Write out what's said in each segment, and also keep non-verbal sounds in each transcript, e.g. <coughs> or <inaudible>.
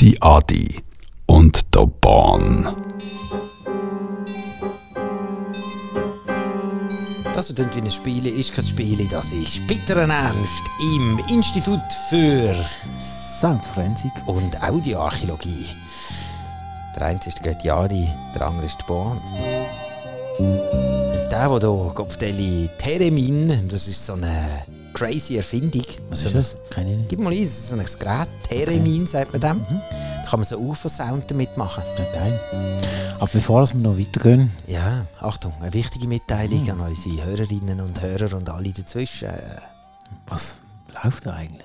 Die Adi und der Bahn. Das, was klingt wie ein Spiel, ist kein Spiel, das ist bitteren Ernst im Institut für Soundforensik. und Audioarchäologie. Der eine ist der Göttiadi, der andere ist der Born. Und der, der hier Kopfdeli Theremin, das ist so eine crazy Erfindung. Was So ist das? Keine Idee. Gib mal ein, das ist so ein Gerät, Theremin sagt man dem. Da kann man so UFO-Sound damit machen. Ja, geil. Aber bevor wir noch weitergehen, Ja, Achtung, eine wichtige Mitteilung an unsere Hörerinnen und Hörer und alle dazwischen. Äh, was läuft da eigentlich?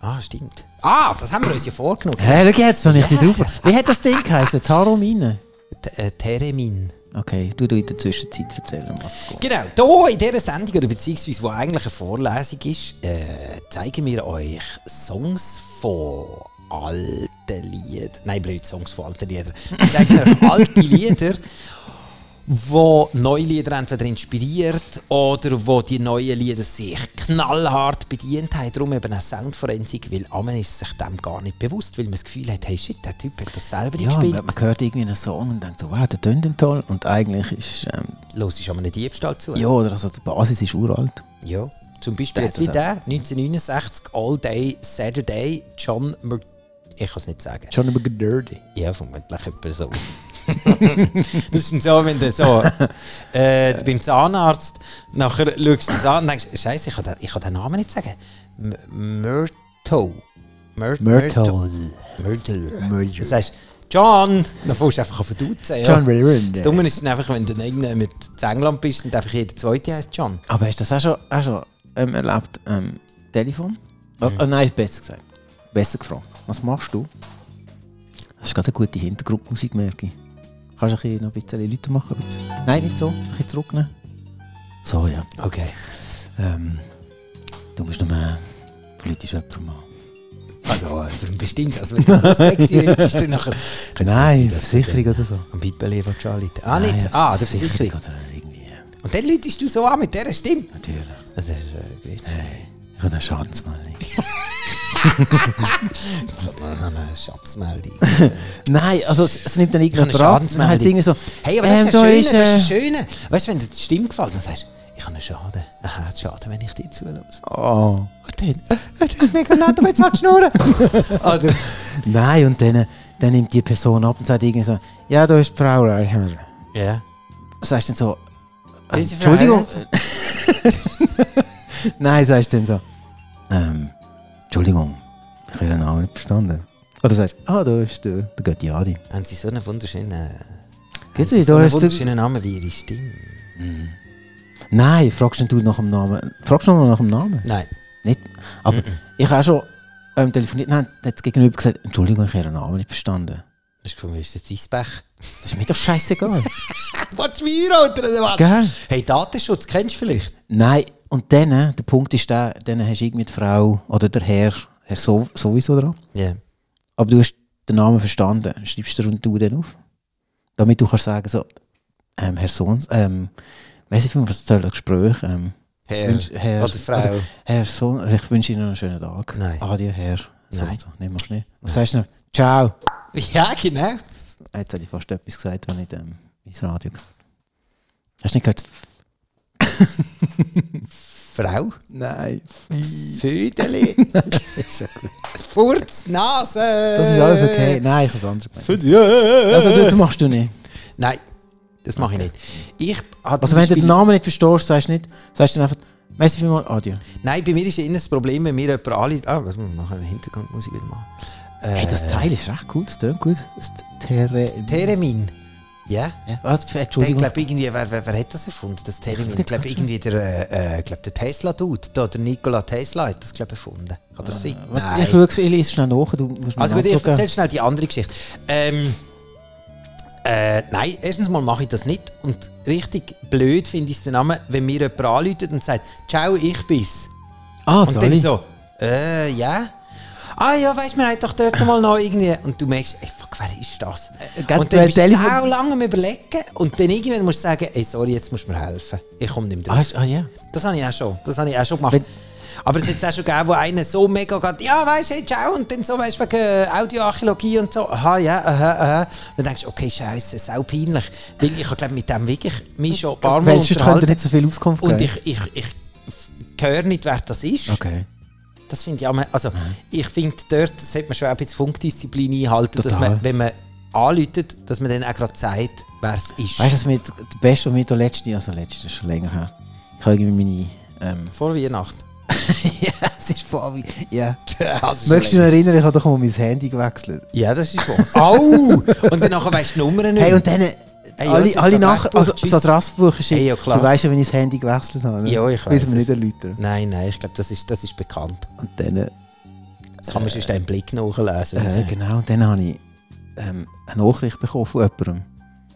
Ah, stimmt. Ah, das haben wir uns ja vorgenommen. Hä, schau jetzt, noch nicht drauf. Wie hat das Ding geheißen? Taromine? T äh, Theremin. Okay, du du in der Zwischenzeit erzählen, um was geht. Genau, hier in dieser Sendung, oder beziehungsweise, wo eigentlich eine Vorlesung ist, äh, zeigen wir euch Songs von alten Liedern. Nein, blöd, Songs von alten Liedern. Wir <laughs> zeigen euch alte Lieder, wo neue Lieder entweder inspiriert oder wo die neuen Lieder sich knallhart bedient haben. Darum eben eine Soundforensik, weil Amen ist sich dem gar nicht bewusst, weil man das Gefühl hat, hey shit, der Typ hat das selber Ja, gespielt. man, man hört irgendwie einen Song und denkt so, wow, der tönt denn toll. Und eigentlich ist, ähm, Los ist an einem Diebstahl zu. ja, oder also die Basis ist uralt. Ja, zum Beispiel Der jetzt wie hat der, 1969, All Day Saturday, John Mc... Ich kann es nicht sagen. Schon über Dirty. Ja, vermutlich etwa <laughs> so. das ist so, wenn du so äh, du beim Zahnarzt nachher schaust du es an und denkst, Scheiße, ich kann den, ich kann den Namen nicht sagen. M Myrtle. Myr- Myrtle. Myrtles. Myrtle. Myrtle. Das heißt, John, dann fängst du einfach an verduzen. Ja. John Reverend. Das Dumme ist dann einfach, wenn du dann irgendwie mit in England bist und einfach jeder Zweite heißt John. Aber hast du das auch schon, auch schon ähm, erlebt? Ähm, Telefon? Was? Oh, nein, besser gesagt. Besser gefragt. Was machst du? Das ist gerade eine gute Hintergrundmusik, merke ich. Kannst du ein bisschen, noch ein bisschen Leute machen? Bitte? Nein, nicht so. Ein bisschen zurücknehmen. So, ja. Okay. Ähm, du musst noch mal politisch jemanden machen. Also, äh, bestimmt. Also, wenn das so sexy ist, ist dann <laughs> nachher. Könnte sein, dass Versicherung oder so. du Am Bippeli willst du anrufen. Ah, Nein, nicht? ja, Ah, der Versicherung. äh, Oder irgendwie, ja, Und dann läutest du so an mit dieser Stimme. natürlich. Das ist äh, witzig. Ich habe einen Schatz mal nicht. Eine <laughs> Schatzmeldung. <laughs> Nein, also es, es nimmt dann Ich habe irgendeinen eine Brand. Dann heisst Schadensmeldung. es irgendwie so, Hey, aber das ähm, ist ja da schön. Das äh, ist schön. Weißt du, wenn dir die Stimme gefällt, dann sagst du, ich habe einen Schaden. Aha, es ist Schaden, wenn ich dir zulasse. <laughs> Oh. Und dann, äh, das ist mega nett, aber jetzt hat die Schnurren. Oder, Nein, und dann, dann nimmt die Person ab und sagt irgendwie so, ja, da ist die Frau. äh, ja. Sagst dann so, äh, Ist die Frau Entschuldigung. Nein, sagst dann so, ähm, Entschuldigung, ich habe Ihren Namen nicht verstanden. Oder sagst, ah, da ist der, der geht ja die. Haben sie so einen wunderschönen, äh, Geht haben sie sie, so da einen ist der... wunderschönen Namen wie ihre Stimme? Nein, fragst denn du nach dem Namen? Fragst du noch nach dem Namen? Nein. Nicht. Aber ich habe auch schon ähm, telefoniert, nein, dann hat das gegenüber gesagt, Entschuldigung, ich habe Ihren Namen nicht verstanden. Das ist gefunden, ist das Eisbech. Das ist mir doch scheißegal. Was Schweier, oder was? Gell? Hey, Datenschutz kennst du vielleicht? Nein, und dann, äh, der Punkt ist der, dann hast du irgendwie die Frau oder der Herr, Herr so, sowieso dran. Ja. Aber du hast den Namen verstanden, schreibst du und du den auf. Damit du kannst sagen, so, ähm, Herr Sohn, ähm, weiss ich, was soll ein Gespräch, ähm, Herr, wünsch- oder Frau. Herr Sohn, also ich wünsche Ihnen einen schönen Tag. Nein. Adieu, Herr. So, Nein. und so. Nein, machst du nicht. Was sagst du noch? Ciao. Ja, genau. Ah, Jetzt hätte ich fast etwas gesagt, wenn ich ähm, ins Radio gehe. Hast du nicht gehört? Frau. Nein. <laughs> Födeli. Furz, Nase. Das ist alles okay. Nein, ich habe es anders gemeint. Also, Also, das machst du nicht. Nein, das mache ich nicht. Ich habe Also zum wenn du Beispiel- den Namen nicht verstehst, sagst du nicht, sagst du dann einfach, merci vielmals, adieu. Nein, bei mir ist ja immer das Problem, wenn mir jemand anliegt. Ah, was machen wir? Hintergrundmusik wieder machen. Hey, das Teil ist recht cool, das tönt gut. Das Terre... Theremin. Ja? ja, was, Ich Ah, Entschuldigung. glaube, irgendwie, wer, wer, wer hat das erfunden, das Theremin? Ich glaube, irgendwie der, äh, äh, glaub, der Tesla-Dude, da, der Nikola Tesla hat das, glaube erfunden. Kann das sein? Warte, Äh, Ich schaue es, ich lese schnell nach, du musst mir Also gut, ich nachgucken. erzähle schnell die andere Geschichte. Ähm, äh, nein, erstens mal mache ich das nicht. Und richtig blöd finde ich den Namen, wenn mir jemand anläutet und sagt, «Ciao, ich bin's.» Ah, Und sorry. dann so, «Äh, ja?» «Ah ja, weißt du, wir haben doch dort mal noch irgendwie...» Und du merkst, «Ey, fuck, wer ist das?» gerade Und dann bei bist du äh, Telefon- auch lange am überlegen und dann irgendwann musst du sagen, «Ey, sorry, jetzt musst du mir helfen. Ich komme nicht mehr Ah, drauf.» ist- ah, ja. Das habe ich auch schon, das habe ich auch schon gemacht. Wenn- Aber es hat es auch schon gegeben, wo einer so mega geht, ja, weißt du, hey, ciao, und dann so, weißt du, wegen äh, Audioarchäologie und so, aha, ja, aha, aha. Dann denkst du, okay, scheiße, sau peinlich. Weil ich glaube, mit dem wirklich mich schon ein paar Mal Weil sonst könnt ihr unterhalten. nicht so viel Auskunft geben. Und ich, ich, ich f- höre nicht, wer das ist. okay. Das finde ich auch. mal- Also, Mhm. ich finde, dort sollte man schon auch ein bisschen Funkdisziplin einhalten, dass Total. man, wenn man anläutet, dass man dann auch gerade sagt, wer es ist. Weißt du, das mit der Beste und mit der Letzte, also letzte ist schon länger her. Ich habe irgendwie meine... <laughs> Ähm, Vor Weihnachten. ja, es ist vor wie... Ja. Das ist Äh, Möchtest du dich noch erinnern, ich habe doch mal mein Handy gewechselt. Ja, das ist wahr. Au! Und dann nachher weißt du die Nummern nicht. Hey, eh, und dann... alle das ist alle das nachher... Adressbuch, Also, tschüss. so Adressbuch ist... Hey, ja, klar. Du weißt ja, wenn ich das Handy gewechselt habe. ne? Ja, ich Müssen wir weiss nicht erläutern. nein, nein, ich glaube, das ist, das ist bekannt. Und dann... Das kann man sonst einen Blick nachlesen. Äh, eh, genau, und dann habe ich ähm, eine Nachricht bekommen von jemandem.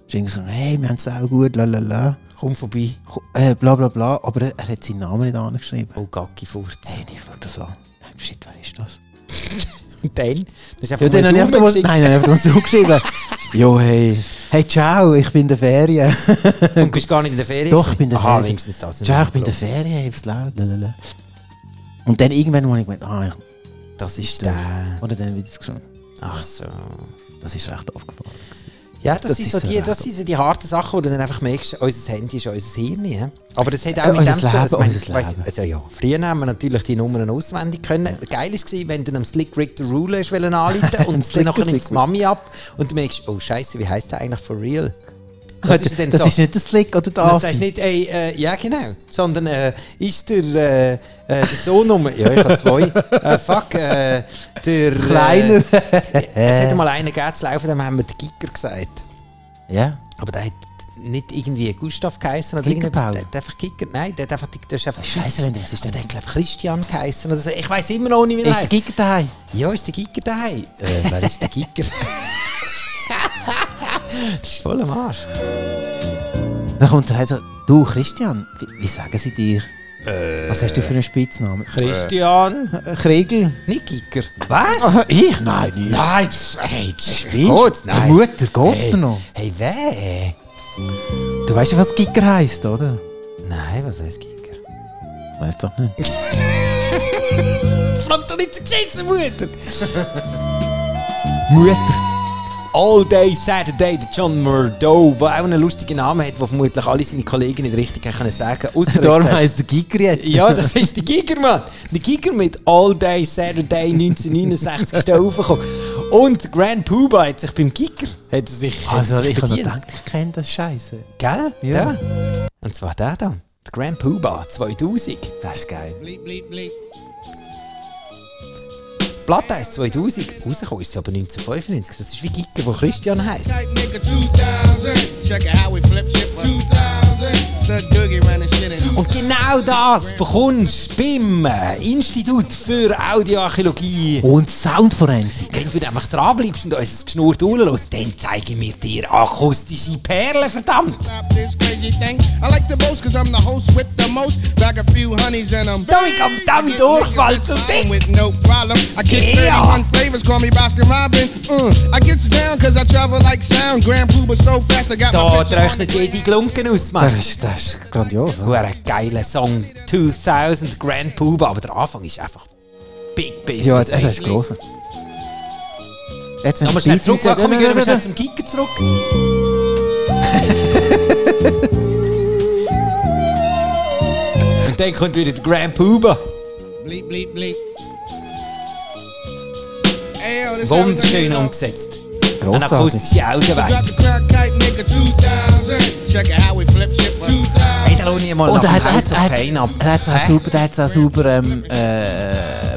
Es ist irgendwie so, hey, wir haben es auch gut, lalala, Komm vorbei. Ko- äh, bla bla bla, aber er, er hat seinen Namen nicht angeschrieben. Oh, Gackifurz. <laughs> Hey, und ich schaue das an. Nein, shit, wer ist das? Und dann? Das ist einfach Ja, ja, dann habe ich einfach mal, nein, dann habe ich einfach mal zurückgeschrieben. jo, hey, hey, ciao, ich bin in der Ferien. Und bist gar nicht in der Ferien? Doch, ich bin in der Aha, Ferien. wenigstens das. ciao, ich bin in der Ferien, ich hab's laut, lalala. Und dann irgendwann habe ich gemeint, ah, ich, Das ist der. oder dann wird es geschrieben. Ach so. Das ist recht aufgefallen. Ja, das, Das sind ist so so die, recht. das sind so die harten Sachen, wo du dann einfach merkst, unser Handy ist unser Hirn. Ja? Aber das hat auch Äh, mit unser dem zu Leben, dass man- unser weiss- Leben. Also, ja, früher haben wir natürlich die Nummern auswendig können. Geil war, wenn du am Slick Rick the Ruler hast wollen anrufen <laughs> und dann Slick nachher Rick. nimmt die Mami ab und du merkst, oh Scheiße, wie heisst der eigentlich for real? Das, ist dann das so. ist nicht der Slick oder der Das Affe. heißt nicht, ey, äh, ja genau, sondern äh, ist der, äh, äh, der Sohn um, ja ich habe <laughs> zwei, äh, fuck, äh, der... Kleiner. Äh, <laughs> es hat mal einen gegeben zu laufen, dem haben wir den Giger gesagt. Ja. Aber der hat nicht irgendwie Gustav geheißen oder Kicker irgendwas. Paul? Der hat einfach Kicker. Nein, der hat einfach. Der ist einfach Scheiße, Randy, was ist Aber Der denn? hat, glaube ich, Christian geheißen oder so. Ich weiß immer noch nicht, wie er Ist der heißt. Giger daheim? Ja, ist der Gicker daheim? Äh, wer ist der Gicker? <laughs> das ist voll am Arsch. Dann kommt er und sagt, du Christian, wie, wie sagen sie dir? Was hast du für einen Spitznamen? Christian? Äh, Kriegel? Nicht Gicker. Was? Ah, ich? Nein, nein. Nein, das- hey, das Spinnst du? nein. Die Mutter, geht's hey, dir noch? Hey, wer? Du weißt ja, was Giger heisst, oder? Nein, was heißt <laughs> Gicker? Weißt doch nicht. Frag doch nicht zu geschissen, Mutter! Mutter. All Day Saturday, der John Murdo, der auch einen lustigen Namen hat, den vermutlich alle seine Kollegen nicht richtig haben können sagen können. Darum heisst der Giger jetzt. Ja, das ist der Gigermann. Der Giger mit All Day Saturday 1969 ist da raufgekommen. Und Grand Pooba hat sich beim Giger hat er sich, hat er Also, sich ich habe bedient. gedacht, ich kenne das Scheiße. Gell? Ja. Ja. Und zwar der da. Der Grand Pooba 2000. Das ist geil. Die Platte heisst 2000. Rausgekommen ist sie aber 1995. Das ist wie Giger, wo Christian heisst. Tight nigga 2000. Check it how we flip shit 2000. Slug Doogie running shit in. Und genau das bekommst du beim äh, Institut für Audioarchäologie. Und Soundforensik. Wenn du nämlich dranbleibst und uns geschnurrt anhörst, dann zeigen wir dir akustische Perlen, verdammt! Stop this crazy thing. I like the most cause I'm the host with the most. Bag a few honeys and I'm. Damit am damit Durchfall zum Ding! With no problem. I kick Yeah. 31 flavors, call me Baskin Robin. Mm. I gets down cause I travel like sound. Grand Pooba so fast, I got my Da picture on the trocknet jede Glunken aus, Mann! ist, Ah, das ist grandios. Huere geiler Song, 2000 Grand Puba, aber der Anfang ist einfach Big Ja, Business. das ist gross. Jetzt, wenn Nochmal die schnell zurück, Beatles- ja, komm, wir gehen nochmal schnell zum Kicker <laughs> zurück. Und dann kommt wieder der Grand Puba. Bleep, bleep, bleep. Hey, yo, this Wunderschön everything- umgesetzt. Eine Grossartig. akustische Drop Augenweide. the crack tight nigga 2000. Check it how we flip shit 2000. Hey, da lohne ich mal Und er nach hat dem House es of auch Pain ab. Hä? super, er hat's auch super ähm, äh,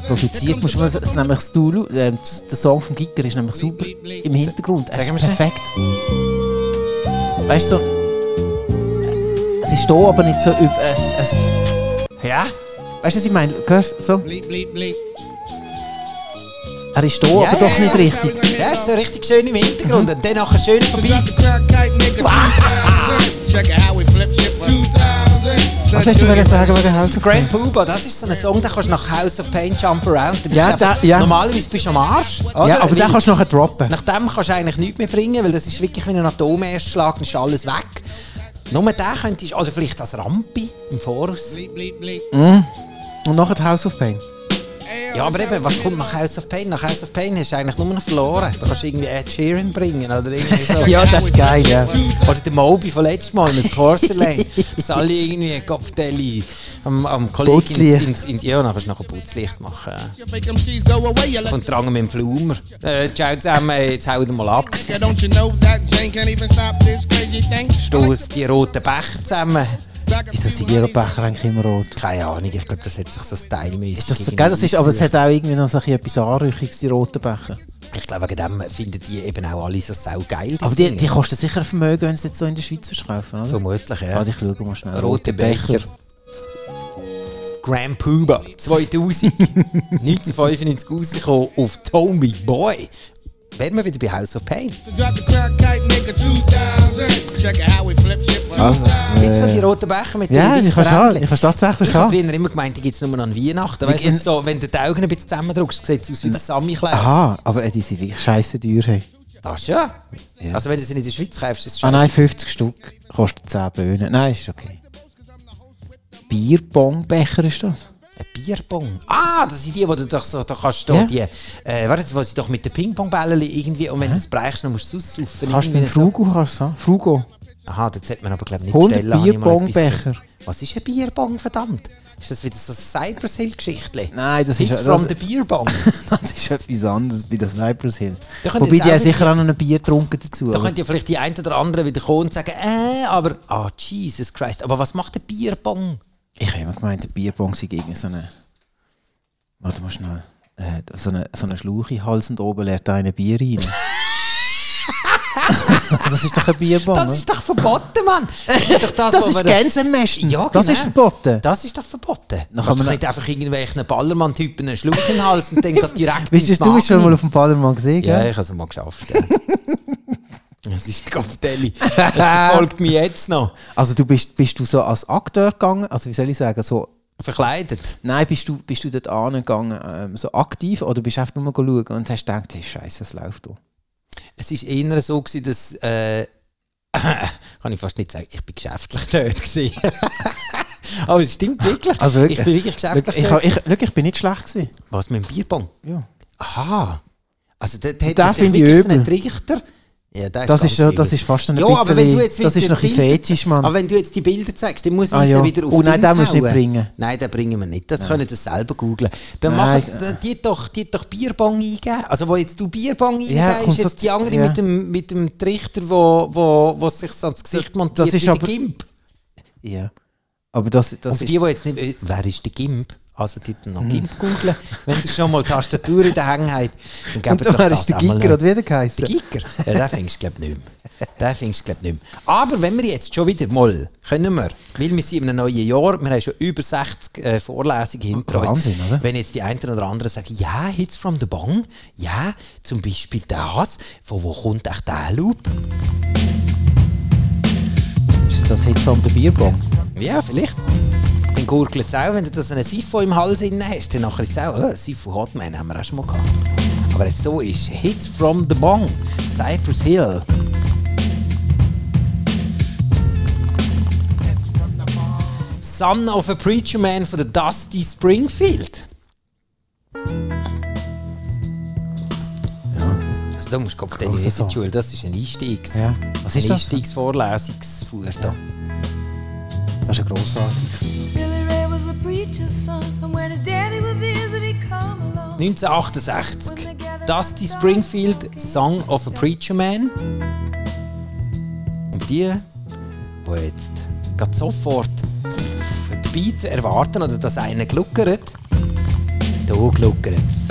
produziert. Muss man es ist nämlich das Duo- ähm, das- der Song vom Giger ist nämlich super im Hintergrund. Er Sag mal ist schnell. perfekt. Weißt du, so, es ist hier aber nicht so über. Es, es, Ja? weißt du, was ich meine? Hörst du so? Bleep, bleep, bleep. Er ist hier, aber ja, doch nicht ja. richtig. Ja, ist so richtig schön im Hintergrund und dann nachher schön So drop vorbei. the crack tight nigga 2000. Check it how we flip shit 2000. Was hast du mir sagen wegen House of Grand Oh, Puba, das ist so ein Song, da kannst du nach House of Pain Jump Around. Dann bist Ja, du einfach- da- ja. Normalerweise bist du am Arsch. Oder? Ja, aber Weil- den kannst du nachher droppen. Nach dem kannst du eigentlich nichts mehr bringen, weil das ist wirklich wie ein Atomerstschlag, dann ist alles weg. Nur den könntest du, oder vielleicht als Rampe im Voraus. Bleep, bleep, bleep. Und nachher die House of Pain. Ja, aber eben, was kommt nach House of Pain? Nach House of Pain hast du eigentlich nur noch verloren. Da kannst du irgendwie Ed Sheeran bringen oder irgendwie so. <laughs> Ja, das ist geil, ja. Oder den Moby von letztes Mal mit <laughs> Porcelain. Dass alle irgendwie Kopfdeli am, am Kollegen Putzlicht. ins, ins, ins... Ja, dann kannst du noch ein Putzlicht machen. Make them seas go away. You let Und drangen mit dem Flummer. Äh, ciao zusammen, jetzt hau ihn mal ab. Yeah, don't you know Zach Jane can't even stop this crazy thing? Stoß die roten Bäche zusammen. Wieso sind ihre Becher eigentlich immer rot? Keine Ahnung, ich glaube, das hat sich so stylmäßig... Ist das so geil? Das ist, aber es hat auch irgendwie noch so ein bisschen etwas Anrüchiges, die roten Becher. Ich glaube, wegen dem finden die eben auch alle so saugeil. das Aber die, Ding. die kosten sicher ein Vermögen, wenn sie jetzt so in der Schweiz verkaufen, oder? Vermutlich, ja. Warte, ich schaue mal schnell. Rote Becher. Grand Puba <laughs> 2000. 1995 rausgekommen auf Tommy Boy. Wären wir wieder bei House of Pain. To drop the crack kite, make a 2000. Check it how we flip shit. Also, Jetzt so die roten Becher mit Ja, den die weissen kannst du auch- Rändchen. die kannst du tatsächlich Ich habe auch. früher immer gemeint, die gibt es nur noch an Weihnachten. Weißt du, in- so, wenn du die Augen ein bisschen zusammendrückst, sieht es aus wie ein sammy -Klaus. Aha, aber äh, die sind wirklich scheiße teuer. Hey. Das ja. Also wenn du sie in der Schweiz kaufst, ist es Ah schon. nein, 50 Stück kosten 10 Böhnen. Nein, ist okay. Bierbongbecher ist das? Ein Bierbong. Ah, das sind die, wo du doch so, da kannst du Ja. die, äh, warte, jetzt, wo sie doch mit den Ping-Pong-Bällen irgendwie, und wenn du es brechst, dann musst du es aussaufen. Kannst du Irgendwie mit Frugo kannst du haben? Frugo. Aha, das sollte man aber glaube nicht 100 bestellen. habe ich mal Bierbongbecher. etwas gehört. Was ist ein Bierbong, verdammt? Ist das wieder so ein Cypress Hill-Geschichtli? Nein, das Hits ist- from das- the Bierbong. <laughs> das ist etwas anderes bei den Cypress Hill. Da könnt ihr Wobei jetzt die auch haben sicher auch noch ein Bier getrunken dazu. da oder? könnt ihr vielleicht die einen oder anderen wieder kommen und sagen, äh, aber, ah, Jesus Christ, aber was macht der Bierbong? Ich habe immer gemeint, der Bierbong sei irgendwie so eine. Warte mal schnell. Äh, so eine, so eine Schlauche in den Hals und oben leert eine <laughs> Bier rein. das ist doch ein Bierbong. Das ist doch verboten, Mann! <laughs> Das ist doch das, wo wir- Gänsemessen. Ja, Das genau. ist verboten. Das ist doch verboten. Also, Du Dann kannst kann doch man- nicht einfach irgendwelchen Ballermann-Typen einen Schluck in den Hals <laughs> und dann geht direkt Weißt du, in den du bist schon Magen. mal auf dem Ballermann gesehen, Ja, gell? ich habe es mal geschafft. <laughs> Ja. das ist Kopfdeli. Das verfolgt mich jetzt noch. Also du bist, bist du so als Akteur gegangen, also wie soll ich sagen, so, Verkleidet. nein, bist du, bist du dort angegangen, ähm, so aktiv oder bist du einfach nur schauen und hast gedacht, hey, scheiße, es läuft da. Es war eher so, gewesen, dass. Äh, <coughs> kann ich fast nicht sagen, ich bin geschäftlich <laughs> dort. gewesen. Aber es stimmt wirklich. Also wirklich. ich bin wirklich geschäftlich Ich, dort. ich, ich, look, ich bin nicht schlecht gewesen. Was mit dem Bierbong? Ja. Aha. Also dort hat Den man sich finde ich wirklich so einen übel. Trichter. Ja, der Das ganz ist, so- das übel. ist fast ein ja, aber wenn du jetzt das wieder ist noch ein Bilder- fetisch, Mann. Aber wenn du jetzt die Bilder zeigst, dann muss ich Ah, sie ja. wieder auf Oh Dings nein, den musst du nicht hauen. bringen. Nein, den bringen wir nicht. Das können Sie selber googeln. Dann Nein. machen äh, die doch, die doch Bierbong eingeben. Also wo jetzt du Bierbong eingeben, kommt ist so jetzt die andere ja. mit, dem, mit dem Trichter, wo, wo, wo sich so ans Gesicht montiert das ist wie der aber- Gimp. ja. Aber das, Und das für ist... Mhm. die, die jetzt nicht wissen, wer ist der Gimp? Also die noch Gimp googeln. <laughs> Wenn ihr schon mal Tastatur in der Hänge habt, dann gebt Und doch da das ist der einmal Giger ein. hat wieder Der geheißen. Giger? Ja, den findest du, glaube ich, nicht mehr. Den findest du, glaub ich, nicht mehr. Aber wenn wir jetzt schon wieder mal, können wir, weil wir sind in einem neuen Jahr, wir haben schon über 60 äh, Vorlesungen hinter uns. Wahnsinn, oder? Wenn jetzt die einen oder anderen sagen, ja, Hits from the Bong, ja, zum Beispiel das, von wo kommt echt der Loop? Ist das jetzt von der Bierbong? Ja, vielleicht. Dann gurgelt es auch, wenn du das einen Siphon im Hals innen hast, dann nachher ist es auch, oh, Siphon Hotman haben wir auch schon mal gehabt. Aber jetzt hier ist Hits from the Bong, Cypress Hill. Son of a Preacher Man von der Dusty Springfield. Also da musst du Kopf den Großer Song. Schule, das ist ein Einstiegs. Ja. Was ist ein das? Einstiegsvorlesungsfuhr da. Das ist ein grossartiges. Billy Ray was a preacher's son, and when his daddy would visit, he'd come along. 1968. Dusty Springfield, Song of a Preacher Man. Und die, die jetzt gerade sofort den Beat erwarten oder dass einer gluckert, da gluckert es.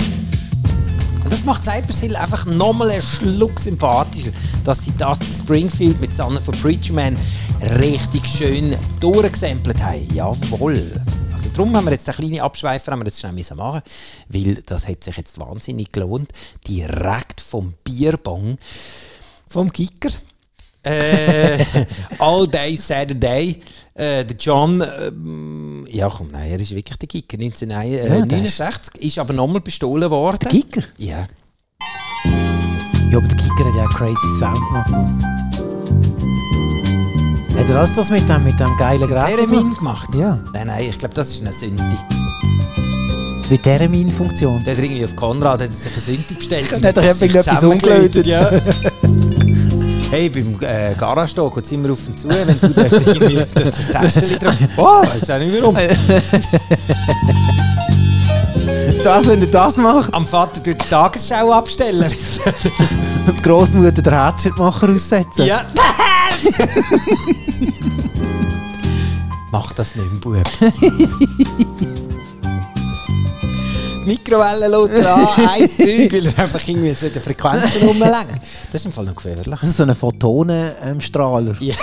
Und das macht Cypress Hill einfach nochmal einen Schluck sympathischer, dass sie Dusty Springfield mit Son of a Preacher Man richtig schön durchgesampelt haben. Jawohl. Also darum haben wir jetzt den kleinen Abschweifer haben wir jetzt schnell müssen machen weil das hat sich jetzt wahnsinnig gelohnt. Direkt vom Bierbong, vom Kicker. <laughs> äh, all Day Saturday, äh, der John, ähm, ja komm, nein, er ist wirklich der Kicker, 1969, ist aber nochmal bestohlen worden. Giger? Ja. Ja, aber der Giger hat ja einen crazy Sound gemacht. Mann. Hat er alles das mit dem, mit dem geilen Gerät Theremin gemacht? Ja. Nein, nein, ich glaube, das ist eine Sünde. Mit dieser Min-Funktion. Der hat irgendwie auf Konrad hat er sich ein Sinti bestellt. Dann hat er und eben sich irgendetwas zusammengelegt. umgelötet. Ja. <laughs> Hey, beim äh, Garage-Tag geht es immer auf und zu, wenn du da irgendwie <laughs> das Testchen drauf... Oh, weiss auch nicht warum. Das, wenn er das macht, Am Vater tut die Tagesschau abstellen. <laughs> die Großmutter den Hatschetmacher aussetzen. ja. <laughs> Mach das nicht, Bub. <laughs> Die Mikrowelle lädt er an, ein Zeug, weil er einfach irgendwie so die Frequenzen rumlenkt. Das ist im Fall noch gefährlich. Das ist so ein Photonenstrahler. Ja.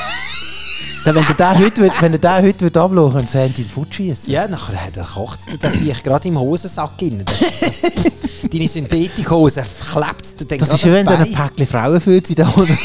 Dann, Wenn er den heute, würd- wenn er den heute würd ablachen würde, dann hätte ihn fortschießen. Ja, nachher hat er kocht er das ich gerade im Hosensack <laughs> rein. Dann- Deine Synthetikhose klebt es dir dann Das gerade ist schön, wenn ans dann ein Bein. Päckchen Frauen fühlt sich da <laughs> unten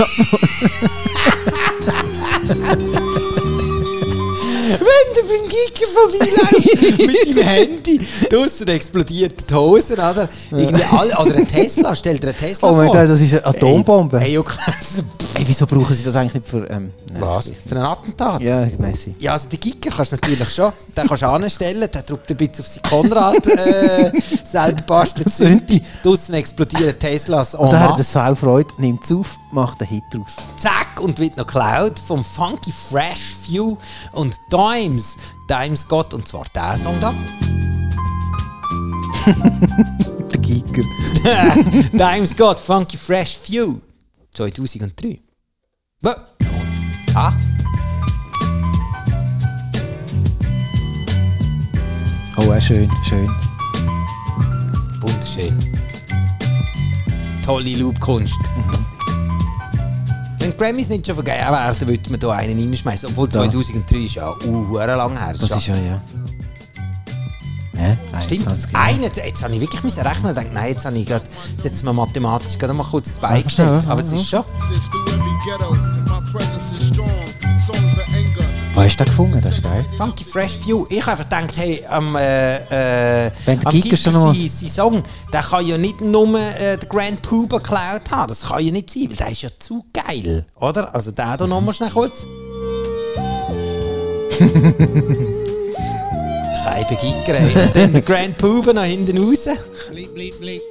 Wenn du beim Gicken <laughs> vorbeiläufst mit deinem Handy, draussen explodiert die Hose, oder? Irgendwie alle, oder ein Tesla, stell dir einen Tesla Oh mein vor. Gott, das ist eine Atombombe. Ey, ey, ja, krass. Ey, wieso brauchen sie das eigentlich nicht für... Ähm, nein. Was? Für einen Attentat? Ja, Messi. Ja, also den Gicker kannst du natürlich schon. Den kannst du anstellen, der drückt ein bisschen auf seinen Konrad, äh, selber bastelt Sünde. Draussen explodieren Teslas en Und dann hat er masse. das Saufreude, nimmt es auf, macht einen Hit raus. Zack und wird noch geklaut vom Funky Fresh Few und Dimes. Dimes Gott und zwar der Song da. Der Giger. <laughs> Dimes Gott, Funky Fresh Few. 2003. B. Ah, Oh, äh, schön, schön. wunderschön. Tolle Loopkunst. Wenn die Grammys nicht schon vergeben werden, würde man hier einen reinschmeißen. Obwohl 2003 ist ja uh, lang her. Das ja- ist ja, ja. Ja, Stimmt, 21. Eine, jetzt, jetzt habe ich wirklich müssen rechnen und dachte, nein, jetzt habe ich gerade, jetzt hat es mir mathematisch gerade mal kurz zwei gestellt, aber es ist schon. Sits through every ghetto, and my presence is strong. Songs of anger. Wo hast du den gefunden? Das ist geil. Funky Fresh View. Ich habe einfach gedacht, hey, am, äh, äh, Wenn der am Giger schon noch- sein, sein Song, der kann ja nicht nur äh, den Grand Puba geklaut haben. Das kann ja nicht sein, weil der ist ja zu geil, oder? Also der hier nochmal schnell kurz. Scheibe Giger, ey. Und Dann der Grand Puba noch hinten raus. Bleep, bleep, bleep.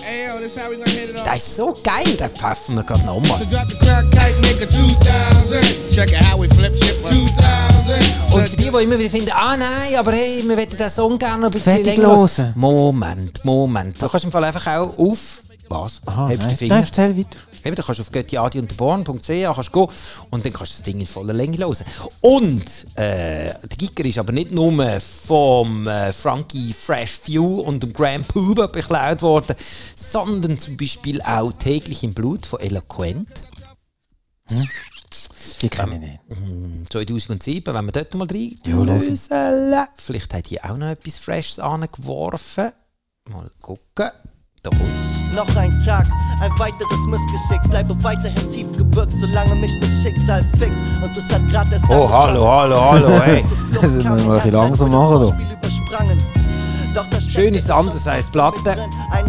Hey, yo, this how we gonna hit it off. Der ist so geil, den pfeffen wir gerade nochmal. So drop the crack kite, make a 2000. Check it how we flip shit 2000. Und für die, die immer wieder finden, ah nein, aber hey, wir wollen den Song gerne noch ein bisschen Fertig hören. Moment, Moment. Du kannst im Fall einfach auch auf... Was? Aha, Hebst nein. den Finger. Nein, erzähl weiter. Eben, dann kannst du auf göttiadiunterborn.ch kannst gehen und dann kannst du das Ding in voller Länge hören. Und äh, der Giger ist aber nicht nur vom äh, Frankie Fresh View und dem Graham Puba beklaut worden, sondern zum Beispiel auch «Täglich im Blut» von Eloquent. Die kenne ich nicht. 2007, wenn wir dort mal los. reinlösen. Vielleicht hat die auch noch etwas Freshes angeworfen. Mal gucken. Da kommt's. Noch ein Tag, ein weiteres Missgeschick. Bleibe weiterhin tief gebückt, solange mich das Schicksal fickt. Und das hat gerade erst. Oh, hallo, hallo, hallo, hey. Das müssen wir ein bisschen langsam machen, doch. Schön ist anders als Platte.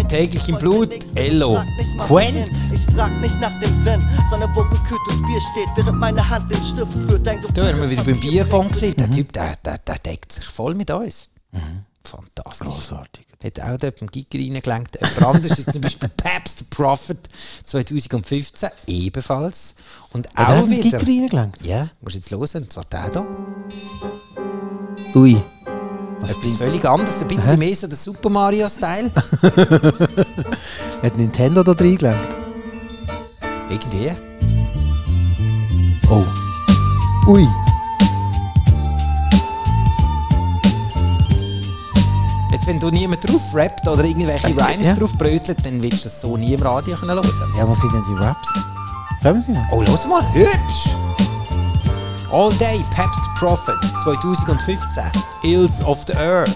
Täglich im Blut, Ello. Quent. Ich frag nicht nach dem Sinn, sondern wo gekühltes Bier steht, während meine Hand den Stift führt. Ein <laughs> Da haben wir wieder beim Papier Bierbon gesehen. Der Typ, der, der, der deckt sich voll mit uns. Fantastisch. Großartig. Hat auch dort beim Giger reingelenkt. Jemand anderes ist zum <laughs> Beispiel Pabst the Prophet 2015 ebenfalls. Und auch wieder. reingelenkt. Ja, musst jetzt hören, und zwar der hier. Ui. Etwas völlig anderes, ein bisschen mehr so der Super Mario-Style. Hat Nintendo da reingelenkt? Irgendwie. Oh. Ui. Jetzt, wenn du niemand drauf rappt oder irgendwelche Rhymes ja. drauf brötelt, dann willst du das so nie im Radio können hören. Ja, was sind denn die Raps? Kommen sie noch? Oh, los mal, hübsch! All Day Pabst Prophet 2015 Ills of the Earth.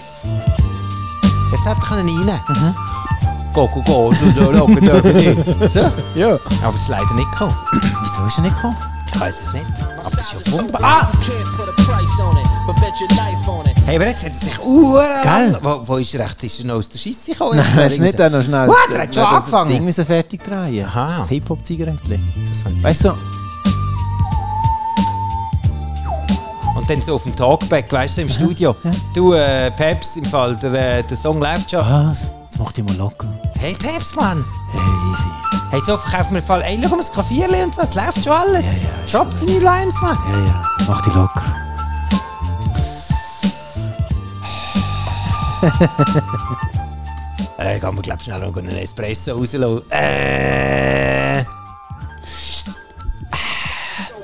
Jetzt hätte ich rein können. Mhm. Go, go, go, du, du, du, du, du, du, du. So. Ja. Aber es ist leider nicht gekommen. Wieso ist er nicht gekommen? Ich weiß es nicht. Aber es ist ja wunderbar. Ah! Can't put a price on it, but bet your life on it. Hey, aber jetzt hat er sich uhren. Gell? Wo, wo ist er recht? Ist er noch aus der Scheisse gekommen? Nein, Jetzt <laughs> er ist irgendwie nicht dann noch schnell. What? Er hat schon Nein, das- angefangen. Das Ding müssen fertig drehen. Aha. Das Hip-Hop-Zigarettchen. so- Weißt du, so, Und Und dann so auf dem Talkback, weißt du, im <laughs> Studio. Du, äh, Peps, im Fall, der, äh, der Song läuft schon. Was? Jetzt mach dich mal locker. Hey, Peps, Mann! Hey, easy. Hey, so verkaufen wir im Fall, ey, schau mal, das Kaffeerli und so, es läuft schon alles. Ja, ja, Drop deine Limes, Mann! Ja, ja. Mach dich locker. Äh, gehen wir, glaub schnell noch einen Espresso rauslassen. Äh.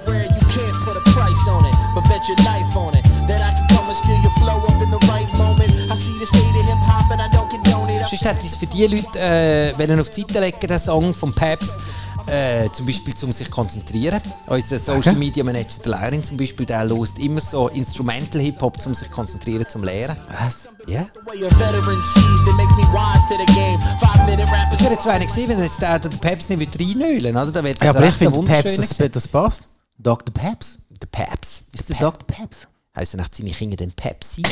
Where you can't put a price on it, but bet your life on it. That I can come and steal your flow up in the right moment. I see the state of hip hop and I don't condone it. I Sonst hätte ich es für die Leute, äh, wollen auf die Seite legen, den Song von Peps, äh, zum Beispiel, um sich zu konzentrieren. Unser Social Media Manager, der Lehrerin zum Beispiel, der lost immer so Instrumental Hip-Hop, um sich zu konzentrieren, zum Lehren. Was? Ja. the way a veteran sees that makes me wise to the game. Five minute rappers. Das wäre jetzt einer gewesen, wenn jetzt der, der Peps nicht wieder reinölen oder? Dann wäre das Ja, aber ich recht finde Peps, wunderschöner das, das passt. Dr. Peps? gewesen. Der Peps. Ist der Dr. Peps? Heißt nach seine Kinder dann Pepsi?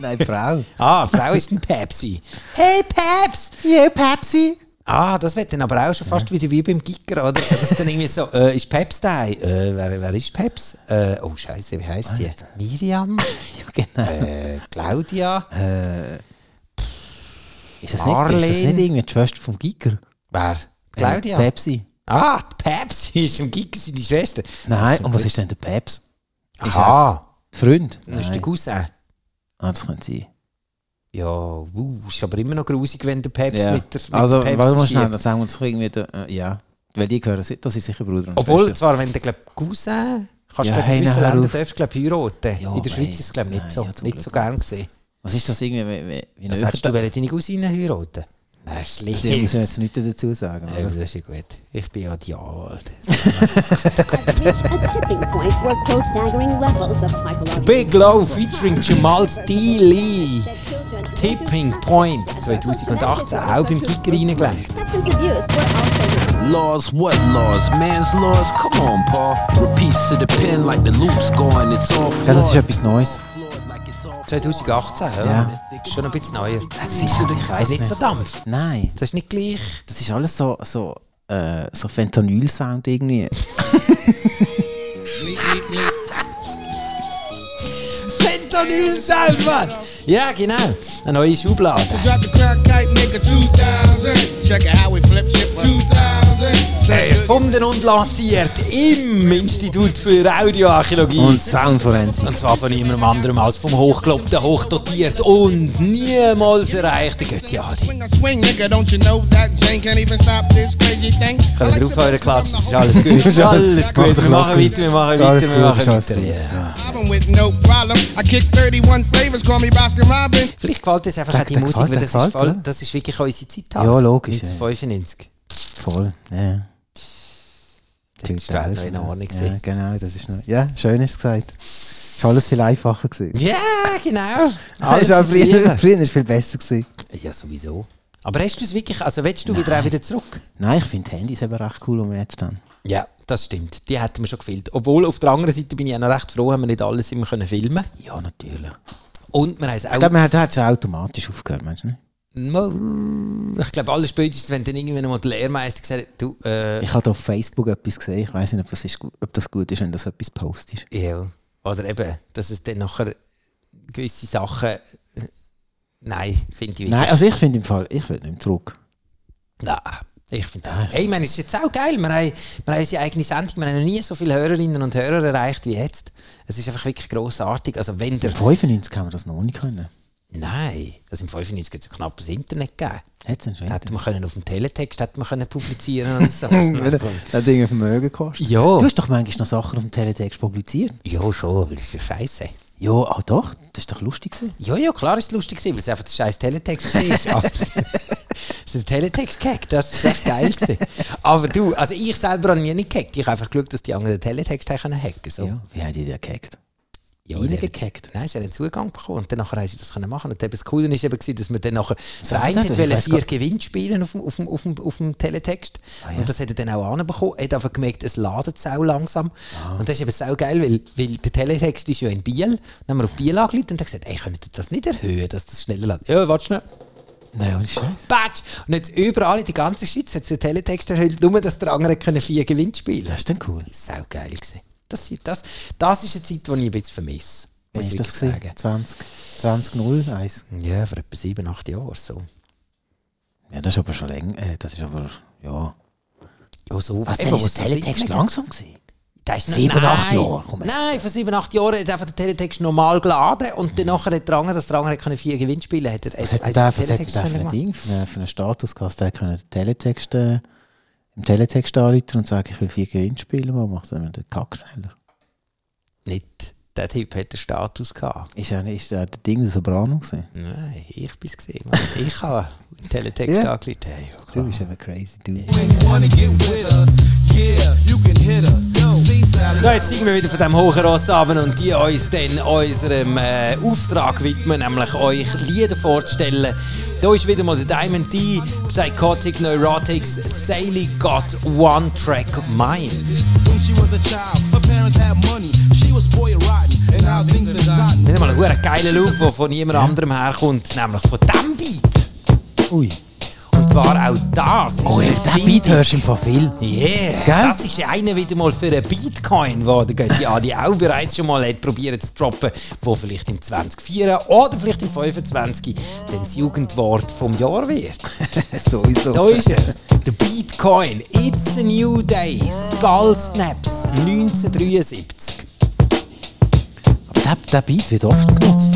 <laughs> Nein, Frau. ah, Frau ist ein Pepsi. Hey Peps! Yeah, Pepsi. Ah, das wird dann aber auch schon fast wieder wie beim Gicker, oder? Das ist dann irgendwie so, äh, ist Peps da? Äh, wer, wer ist Peps? Äh, oh Scheiße, wie heißt die? <laughs> Miriam? Ja, genau. Äh, Claudia? Äh, Ist das, nicht, ist das Marlene. nicht irgendwie die Schwester vom Giger? äh, Wer? Claudia? Pepsi. Ah, die Pepsi ist im Gicker seine Schwester. Nein, und was ist denn der Peps? Ist er Aha, die Freund? das ist der Nein. Cousin. Ah, das könnte sein. Ja, wuh, ist aber immer noch grusig, wenn der Peps Ja. mit der mit also, der warte mal Pepsi schnell, schiebt. dann sagen wir uns doch irgendwie, der, äh, ja. Weil die gehören, si- das ist sicher Bruder und Obwohl, Schwester. zwar, wenn der glaub, Cousin, kannst Ja, du glaub, hey, in gewissen nein, hör Ländern auf. darfst, glaub, heiraten. Ja, in der Schweiz nein, ist es glaub, nicht, nein, so, ja, zum nicht so gern gesehen. Was ist das irgendwie, wie, wie, wie Das näher hättest du da- wollen, deine Cousine heiraten? Nein, schlicht. Ich muss jetzt nichts dazu sagen. Ja, aber Oder? das ist ja gut. Ich bin ja die alt. <laughs> reached a tipping point where close staggering levels of psychological Big Low featuring Jamal Steely. that children Tipping Point 2018, auch beim Kicker reingelegt. substance abuse were also known. Laws, what laws? Man's laws? Come on, Paul. Repeats to the pen like the loop's going. It's all Ja, das ist flawed. etwas Neues. 2018, ja. Ja. Schon ein bisschen neuer. Das ist ich Es weiß ist nicht so dampf. Nein, Das ist nicht gleich. das ist alles so, so, äh, so <laughs> Fentanyl-Sound irgendwie. Fentanyl selber! Ja, genau. Eine neue Schublade. Drop the crack kite, make a 2000. Check it how we flip ship 2000. Erfunden und lanciert im Institut für Audioarchäologie. Und Soundforensik. Und zwar von niemandem anderem als vom hochgelobten, hochdotierten und niemals erreichten Götti Adi. Swing, I swing, nigga, don't you know Zach Jane can't even stop this crazy thing? Kann ich draufhören, klatschen, ist alles gut, <laughs> ist alles gut. Wir machen weiter, wir machen Alles <laughs> weiter, wir gut, machen ist alles weiter. gut. Ja. Problem with no problem. I kick 31 flavors, call me Baskin Robbins. Vielleicht gefällt uns einfach auch die Der Musik, gefällt, weil der das ist, gefällt, voll, oder? das ist wirklich unsere Zeit. Ja, logisch, ja. 1995. Voll, ja. ist die Welt noch in Ordnung Ja, gewesen. genau, das ist noch. Ja, schön ist gesagt. Ist alles viel einfacher gewesen. Ja, genau. Alles Alles war wie früher, früher ist viel besser gewesen. früher. Ja, sowieso. Aber hast du es wirklich, also willst du wieder auch wieder zurück? Nein, ich finde Handys eben recht cool, um jetzt dann. Ja, das stimmt. Die hätten mir schon gefehlt. Obwohl, auf der anderen Seite bin ich auch noch recht froh, haben wir nicht alles immer können filmen Ja, natürlich. Ich Und wir haben es auch... glaube, man hat es automatisch aufgehört, meinst du nicht? Mo- Ich glaube, alles spätestens, wenn dann irgendwann mal der Lehrmeister gesagt hat, du, äh, Ich habe auf Facebook etwas gesehen. Ich weiß nicht, ob das, ist, gu- ob das gut ist, wenn das etwas postest. ja. Oder eben, dass es dann nachher gewisse Sachen. äh, Nein, finde ich wirklich- Nein, also ich finde im Fall, ich will nicht mehr zurück. Nein. Ich finde auch. Hey, ich meine, es ist jetzt auch geil. Wir haben, wir haben unsere eigene Sendung. Wir haben noch nie so viele Hörerinnen und Hörer erreicht wie jetzt. Es ist einfach wirklich grossartig. Also, wenn der. Im 95 haben wir das noch nicht können. Nein, also im 95 hat es ein knappes Internet gegeben. Hätte es schon. Da Hat hätte man können auf dem Teletext hätte man können publizieren oder <laughs> so. das Ding ein Vermögen gekostet? Ja. Du hast doch manchmal noch Sachen auf dem Teletext publiziert. ja, schon, aber das ist ja scheiße. Ja, ah doch, das war doch lustig. Gewesen. Ja, ja, klar ist es lustig, gewesen, weil es einfach der scheiß Teletext war. Aber <laughs> so ein Teletext-Gag, das ist echt geil. Gewesen. Aber du, also ich selber habe mich nicht gehackt. Ich habe einfach Glück, dass die anderen den Teletext haben können hacken So. Ja. Wie haben die den gehackt? Ja, sie haben- Nein, sie haben einen Zugang bekommen und dann nachher haben sie das können machen. Und eben das Coole ist eben, gewesen, dass man dann nachher, der hat eine das? hat Ich wollte weiss vier gar- Ah, Gewinnspiele auf dem, auf, dem, auf, dem, auf dem Teletext und das hat er dann auch anbekommen. Er hat einfach gemerkt, es ladet sau langsam. Ah. Und das ist eben sau geil, weil, weil der Teletext ist ja in Biel. Dann haben wir auf Biel angeleitet und haben gesagt, ey, könnt ihr das nicht erhöhen, dass das schneller lädt? Ja, warte schnell. Nein, ohne Scheiß. Batsch! Und jetzt überall in der ganzen Schweiz hat es den Teletext erhöht, nur dass der andere können vier Gewinnspiele Das ist dann cool. Sau geil gewesen. das, das, das ist eine Zeit, die ich ein bisschen vermisse. Muss ich Ist wirklich das gewesen? sagen. 20, 2001? Ja, vor etwa sieben, acht Jahren so. Ja, das ist aber schon länger. Äh, das ist aber, ja. Ja, so Was, eben, dann wo ist es der so Teletext liegt. langsam gewesen? Das ist noch- Sieben, nein. acht Jahre, komm jetzt. Nein, vor sieben, acht Jahren hat einfach der Teletext normal geladen und dann nachher hat der andere, dass der andere können vier Gewinnspiele hat. er- Was hat Mhm. hat er der, was hat Teletext der für schneller ein gemacht. Ding, für einen, für einen Status gehabt? Der können Teletext, äh, im Teletext anrufen und sagen, ich will vier Gewinnspiele machen, macht dann den Kack schneller. Nicht. Der Typ hat den Status gehabt. Ist ja nicht, ist ja der Ding der Soprano gewesen? Nein, ich bin es gesehen. <laughs> Mann. Ich habe den Teletext Ja. angelegt. Hey, ja, Du klar. bist eben crazy, du. So, jetzt steigen wir wieder von dem hohen Ross ab und die uns dann unserem äh, Auftrag widmen, nämlich euch Lieder vorzustellen. Da ist wieder mal der Diamond D, Psychotic Neurotics, Sally Got One Track Mind. When she was a child, her parents had money. She was spoiled rotten, and now things have gotten. Wir haben mal einen guten, geilen Loop, der von niemand anderem herkommt, nämlich von diesem Beat. Ui. Und zwar auch das. ist Ui, eine den Findung. Oh Beat hörst du im Fall viel. Yes, Gell? das ist einer wieder mal für einen Bitcoin, wo der Götti auch bereits schon mal hat probiert zu droppen, wo vielleicht im 2024 oder vielleicht im 25 dann das Jugendwort vom Jahr <laughs> wird. Sowieso. Da ist er, der Bitcoin. It's a new day. Skull Snaps 1973. Aber der, der Beat wird oft genutzt.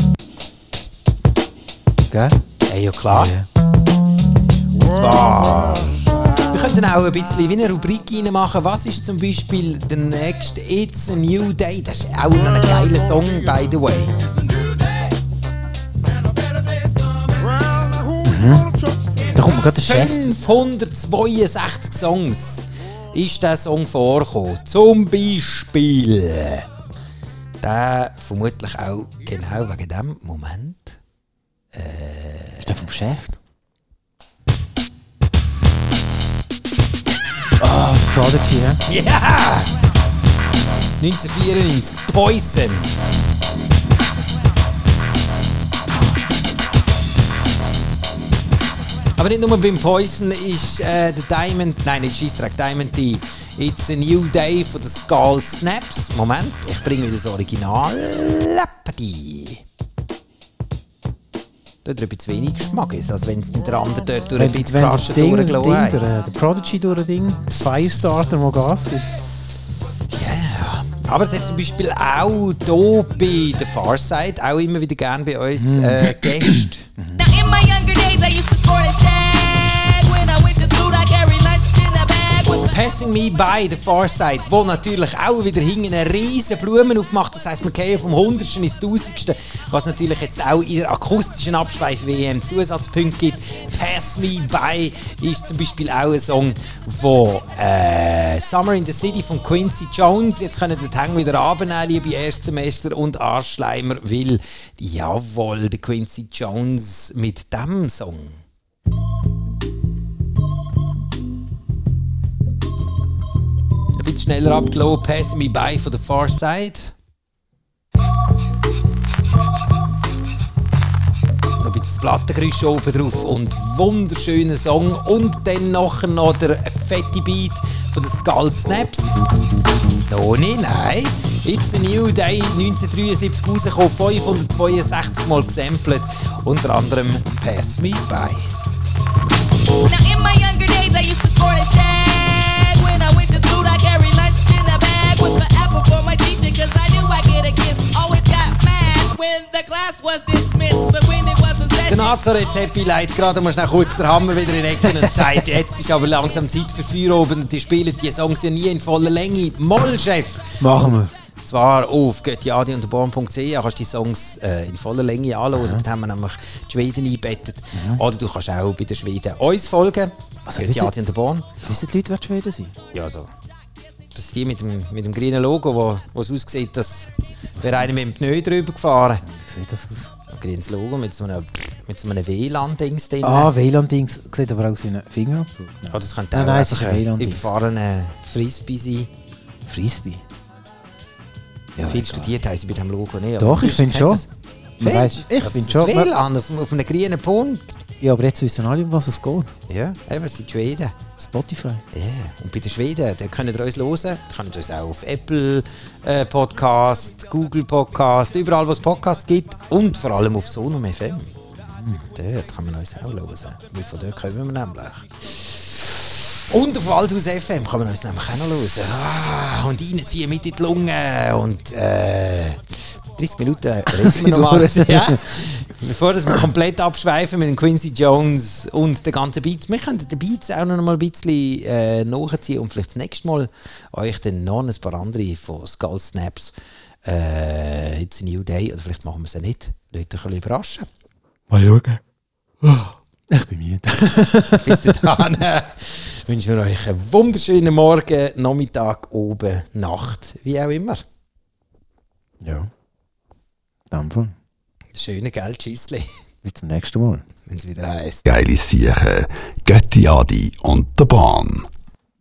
Gell? Ja, ja klar. Und zwar. Wir könnten auch ein bisschen wie eine Rubrik reinmachen. Was ist zum Beispiel der nächste It's a New Day? Das ist auch noch ein geiler Song, by the way. Da kommt mir gerade der Chef. 562 Songs ist der Song vorgekommen. Zum Beispiel. Der vermutlich auch genau wegen dem Moment. Ist der vom Chef? Ah, Prodigy, ne? <laughs> Ja! 1994, Poison. Aber nicht nur beim Poison ist äh, der Diamond, nein, nicht Scheissdreck, Diamond D. It's a new day for the Skull Snaps. Moment, ich bringe wieder das Original. Lappadi. Da hat er ein bisschen wenig Geschmack, ist, als wenn es den anderen dort durch ein Wenn, bisschen wenn das Kasten Ding, Ding durchgelassen der, hat. der Prodigy durch ein Ding, Firestarter, der Gas gibt. Ja, aber es hat zum Beispiel auch hier bei der Farside auch immer wieder gerne bei uns äh, Gäste. Now in my younger days I used to sport a shag. When I went to school I carried lunch in a bag with Passing Me By, der Farside, wo natürlich auch wieder hinten eine riesen Blumen aufmacht. Das heisst, wir gehen vom Hundertsten ins Tausendste, was natürlich jetzt auch in der akustischen Abschweif-WM Zusatzpunkte gibt. Pass Me By ist zum Beispiel auch ein Song, wo äh, Summer in the City von Quincy Jones, jetzt können den Hang wieder abnehmen, liebe Erstsemester und Arschleimer, will jawohl, der Quincy Jones mit dem Song. Ein bisschen schneller abgelaufen, Pass Me By von der Farside. Noch Ein bisschen das Plattengeräusch oben drauf und wunderschöner Song. Und dann nachher noch der fette Beat von den Skull Snaps. Noch nicht, nein. It's a New Day 1973 rausgekommen, 562 Mal gesampelt. Unter anderem Pass Me By. Now in my younger days I used to sport a shag. When I went to school I carried lunch in a bag with an apple for my teacher 'cause I knew I'd get a kiss. Always got mad when the class was dismissed, but when it was a Der session. Nazareth Happy Light, gerade musst du noch kurz den Hammer wieder in die Ecke und sagt, jetzt ist aber langsam Zeit für Feierabend und die spielen die Songs ja nie in voller Länge. Moll, Chef! Machen wir. Zwar auf göttiadi und kannst du die Songs äh, in voller Länge anhören. Dort haben wir nämlich die Schweden eingebettet. Oder du kannst auch bei den Schweden uns folgen. Also, Göttiadi und der Born. Wissen die Leute, wer die Schweden sind? Ja, so. Das ist die mit dem, mit dem grünen Logo, wo, wo es aussieht, dass wäre einer mit dem Pneu drüber gefahren. Wie sieht das aus? Ein grünes Logo mit so einem, mit so einem WLAN-Dings drin. Ah, WLAN-Dings. Sieht aber auch aus wie ein Fingerabdruck. Ja, das könnte Nein, auch nein, es einfach ist ein ein Weyland. überfahrener Frisbee sein. Frisbee. Ja, Viel egal. studiert haben sie bei diesem Logo nicht. aber Doch, ich sonst finde kennt schon. man's. Man weiss- Findest du? ich Das finde ist schon, das man- WLAN auf, auf einem grünen Punkt. Ja, aber jetzt wissen alle, um was es geht. Ja, eben, sind die Schweden. Spotify. Ja, und bei den Schweden, da könnt ihr uns hören. Da könnt ihr uns auch auf Apple äh, Podcast, Google Podcast, überall, wo es Podcasts gibt. Und vor allem auf Sonum FM. Hm. Dort kann man uns auch hören. Weil von dort kommen wir nämlich. Und auf Waldhaus FM kann man uns nämlich auch noch hören. Ah, und reinziehen mit in die Lunge. Und äh, 30 Minuten reden wir nochmal. Durch. ja. Bevor dass wir komplett abschweifen mit dem Quincy Jones und den ganzen Beats. Wir können den Beats auch noch mal ein bisschen äh, nachziehen und vielleicht das nächste Mal euch dann noch ein paar andere von Skull Snaps äh, It's a New Day oder vielleicht machen wir es ja nicht. Leute, ein bisschen überraschen. Mal schauen. Ich bin müde. Bis <laughs> dahin äh, wünschen wir euch einen wunderschönen Morgen, Nachmittag, oben, Nacht, wie auch immer. Ja. Dann voll. Schöne Geld, <laughs> Tschüssli, Bis zum nächsten Mal. wenn es wieder heißt. Geile Siechen, Götti Adi und der Bahn.